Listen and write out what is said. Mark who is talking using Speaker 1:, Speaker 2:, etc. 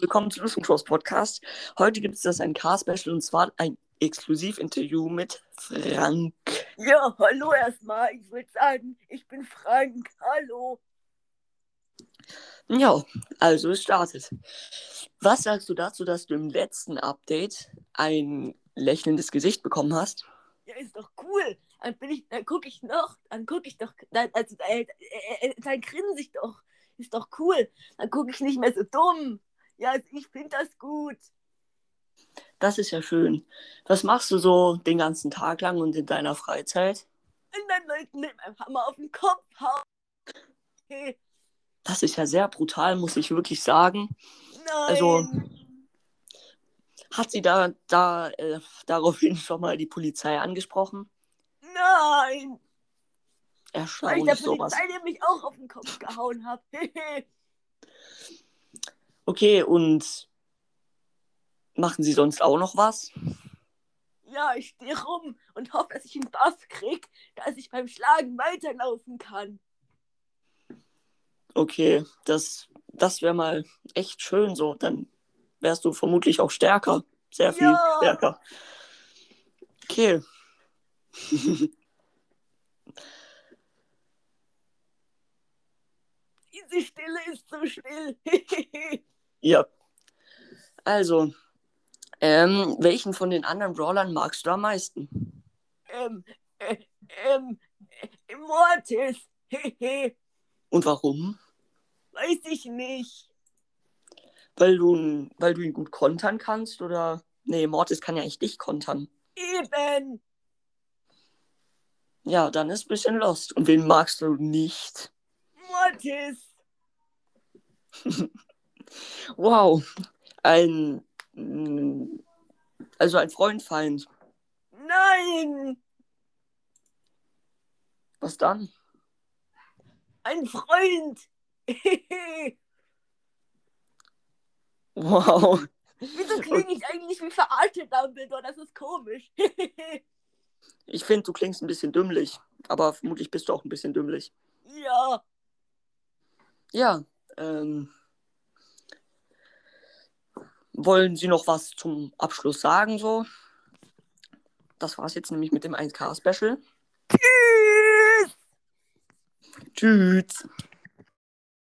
Speaker 1: willkommen zum Lucian Cross Podcast. Heute gibt es das ein K-Special und zwar ein Exklusivinterview mit Frank.
Speaker 2: Ja, hallo erstmal. Ich will sagen, ich bin Frank. Hallo.
Speaker 1: Ja, also es startet. Was sagst du dazu, dass du im letzten Update ein lächelndes Gesicht bekommen hast?
Speaker 2: Ja, ist doch cool. Dann bin ich, dann gucke ich noch, dann gucke ich doch, dann, also, äh, äh, äh, dann grinse ich doch. Ist doch cool. Dann gucke ich nicht mehr so dumm. Ja, also ich finde das gut.
Speaker 1: Das ist ja schön. Was machst du so den ganzen Tag lang und in deiner Freizeit?
Speaker 2: Und dann Leuten mit meinem Hammer auf den Kopf hauen. Okay.
Speaker 1: Das ist ja sehr brutal, muss ich wirklich sagen.
Speaker 2: Nein.
Speaker 1: Also- Hat sie da, da äh, daraufhin schon mal die Polizei angesprochen?
Speaker 2: Nein. Weil ich der
Speaker 1: Erstaunlich oh, sowas.
Speaker 2: Polizei nämlich auch auf den Kopf gehauen habe.
Speaker 1: Okay, und machen sie sonst auch noch was?
Speaker 2: ja, ich stehe rum und hoffe, dass ich einen Buff krieg, dass ich beim Schlagen weiterlaufen kann.
Speaker 1: Okay, das, das wäre mal echt schön so. Dann wärst du vermutlich auch stärker. Sehr viel
Speaker 2: Ja.
Speaker 1: stärker. Okay.
Speaker 2: Diese Stille ist so still.
Speaker 1: Ja. Also, ähm, welchen von den anderen Brawlern magst du am meisten?
Speaker 2: ähm, äh, ähm, äh, Mortis.
Speaker 1: Und warum?
Speaker 2: Weiß ich nicht.
Speaker 1: Weil du, n- weil du ihn gut kontern kannst oder? Nee, Mortis kann ja echt dich kontern.
Speaker 2: Eben.
Speaker 1: Ja, dann ist ein bisschen lost. Und wen magst du nicht?
Speaker 2: Mortis.
Speaker 1: Wow. Ein. mm, Also ein Freundfeind.
Speaker 2: Nein.
Speaker 1: Was dann?
Speaker 2: Ein Freund.
Speaker 1: Wow.
Speaker 2: Wieso klinge ich eigentlich wie verarscht Dumbledore? Das ist komisch.
Speaker 1: Ich finde, du klingst ein bisschen dümmlich. Aber vermutlich bist du auch ein bisschen dümmlich.
Speaker 2: ja.
Speaker 1: Ja. Ähm, wollen Sie noch was zum Abschluss sagen? So? Das war's jetzt nämlich mit dem 1K-Special.
Speaker 2: Tschüss.
Speaker 1: Tschüss.